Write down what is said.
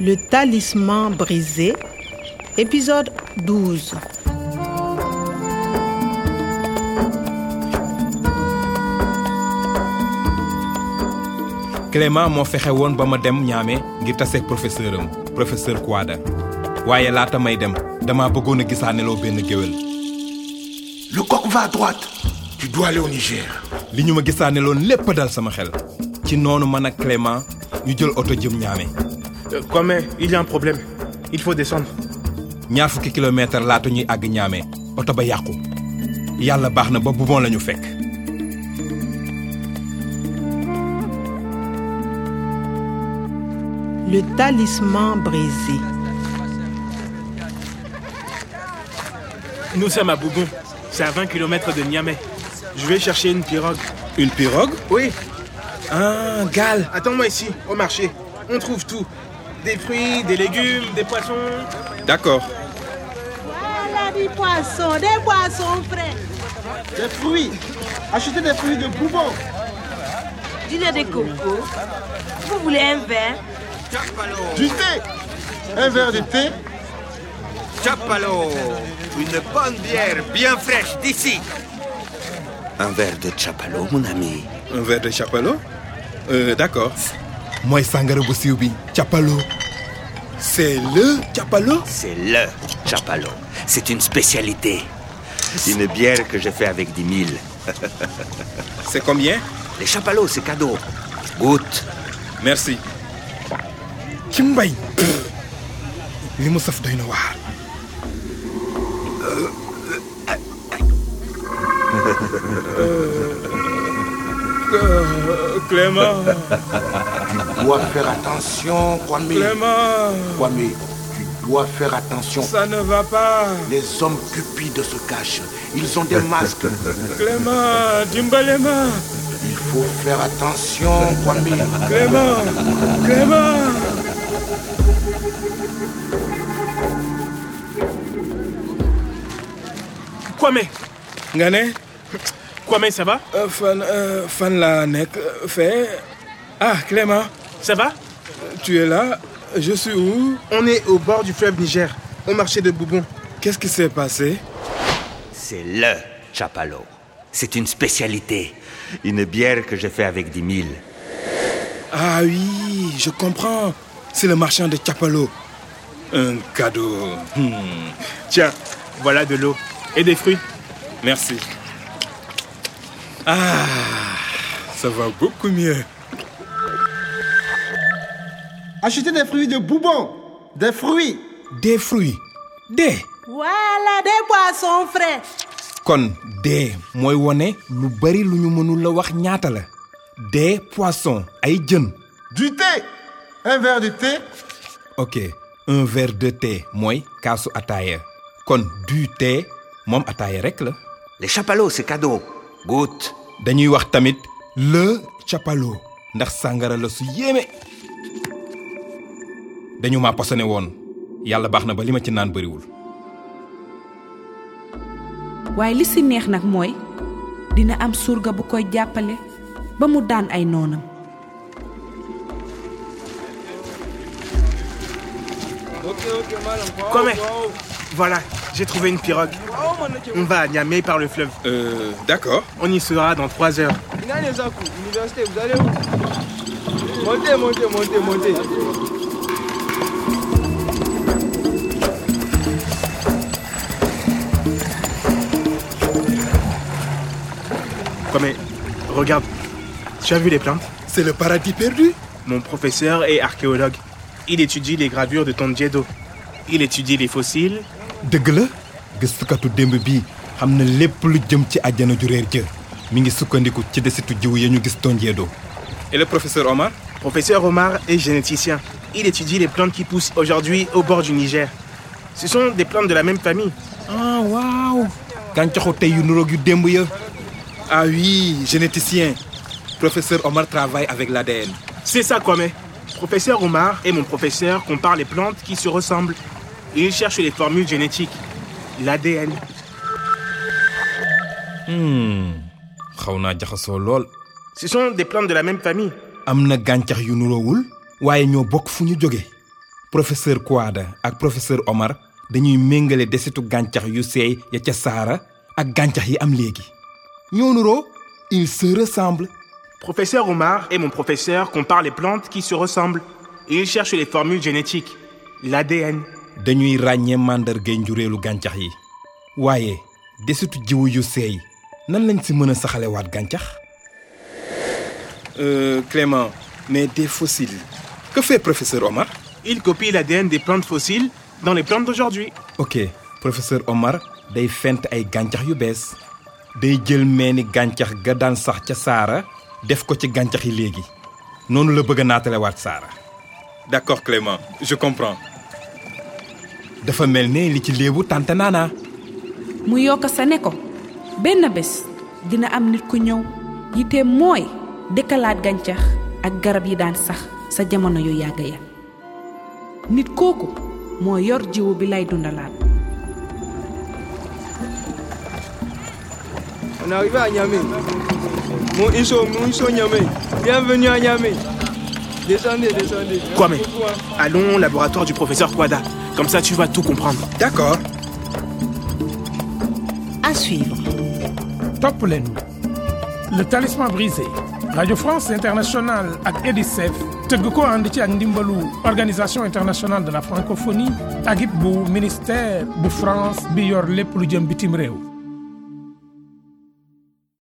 Le talisman brisé, épisode 12. Clément moo fexe woon ba ma dem ñaame ngir taseeg professeur am professeur Kouada waaye laata may dem dama bëggoon a gisaaneloo benn géwél Le coq va à droite. Tu dois aller au Niger. li ñu ma gisaaneloon lépp dal sama xel ci noonu man ak Clément ñu jël oto jëm ñaame Euh, Kwame, il y a un problème. Il faut descendre. ñaar fukki kilomètre laata ñuy àgg ñaame oto ba yàqu yàlla baax na ba bu bon la ñu fekk Le talisman brisé. Nous sommes à Bougon. C'est à 20 km de Niamey. Je vais chercher une pirogue. une pirogue Oui, un gaal attends-moi ici, au marché. On trouve tout. Des fruits, des légumes, des poissons. d'accord Voilà des poissons, des poissons frais. Des fruits. Achetez des fruits de Bourbon. Du lait de coco. Vous voulez un verre Du thé. Un verre de thé. Chapalo Une bonne bière bien fraîche d'ici Un verre de Chapalo, mon ami. un verre de chapalo d'accord mooy sàngara bu siiw bi chapalo c'est le chapalo C'est LE Chapalo. C'est une spécialité. Une bière que j'ai fait avec 10 000. c'est combien Les Chapalos, c'est cadeau. Goûte. merci ci mbay li mu saf doy na waar Clément, Tu dois faire attention, Kwame. Clément, Kwame, tu dois faire attention. ça ne va pas. Les hommes cupides se cachent. Ils ont des masques. Clément, Dimbalema, Il faut faire attention, Kwame. Clément, Clément. Kwame, nga ne Kwame, ça va Euh, fan euh, fan laa nekk euh, fee ah Clément Ça va tu es là je suis où On est au bord du fleuve Niger, au marché de Boubon. qu'est-ce qui s'est passé C'est LE Chapalo. C'est une spécialité. Une bière que j'ai fait avec 10 000. ah oui je comprends c'est le marchand de Chapalo un cadeau Hmm, Tiens, voilà de l'eau et des fruits. merci ah ça va beaucoup mieux Achetez des fruits de Bourbon. Des fruits. des fruits des Voilà des poissons frais. kon dee mooy wone lu bari lu ñu mënul la wax ñaata la des poissons ay jën Du thé. Un verre de thé. ok un verre de thé mooy kaasu ataaya kon du thé moom ataaya rek la Les Chapalos, c'est cadeau. Goûte. dañuy wax tamit le chapalo ndax sàngara la su yéeme dañu ma posone woon yàlla baax na ba li ma ci naan bariwul waaye li si neex nag mooy dina am surga bu koy jàppale ba mu daan ay noonam Kwame, voilà, j'ai trouvé une pirogue. On va à Niamey par le fleuve. euh, d'accord On y sera dans 3 heures. Kwame, regarde. Tu as vu les plantes c'est le paradis perdu Mon professeur est archéologue. Il étudie les gravures de Tondjedo. Il étudie les fossiles. dëgg la gëstukatu démb bi xam na lépp lu jëm ci àjjana ju réer jë mi ngi sukkandiku ci desitu jiw ya ñu gis tonjeedoo et le professeur Omar Professeur Omar est généticien. Il étudie les plantes qui poussent aujourd'hui au bord du Niger. Ce sont des plantes de la même famille. ah waaw gàncaxu tey yu nuroog yu démb ya ah oui généticien professeur Omar travaille avec l'ADN C'est ça, Kwame. Professeur Omar et mon professeur comparent les plantes qui se ressemblent. Ils cherchent les formules génétiques, l'ADN. xaw naa jaxasoo lool Ce sont des plantes de la même famille. am na gàncax yu nuroowul waaye ñoo bokk fu ñu jóge professeur Kouada ak professeur Omar dañuy méngale desitu gàncax yu seey ya ca saara ak gàncax yi am léegi ñoo nuroo ils se ressemblent Professeur Omar et mon professeur comparent les plantes qui se ressemblent et ils cherchent les formules génétiques, l'ADN. dañuy ràññee màndargay njureelu gàncax yi waaye desitu jiwu yu seey nan lañ si mën a saxalewaat gàncax euh, Clément mais des fossiles que fait professeur Omar Ils copient l'ADN des plantes fossiles dans les plantes d'aujourd'hui. ok professeur Omar day fent ay gàncax yu bees day jël meeni gàncax ga daan sax ca saara def ko ci gàncax yi léegi noonu la bëgg a naatalewaat saara d'accord Clément je comprends dafa mel ne li ci léebu tante naanaa mu yokk sa ne ko benn bés dina am nit ku ñëw yite mooy dëkkalaat gàncax ak garab yi daan sax sa jamono yu yàgg ya nit kooku moo yor jiwu bi lay dundalaat On arrive à Niamey. Mon Iso, mon Iso Niamey. Bienvenue à Niamey. Descendez, descendez. Kwame, allons au laboratoire du professeur Kwada. Comme ça, tu vas tout comprendre. d'accord À suivre. topp leen le talisman brisé radio france internationale ak edicef tëgg ko ànd ci ak ndimbalu organisation internationale de la francophonie ak it bu ministère bu france bi yor lépp lu jëm bitim réew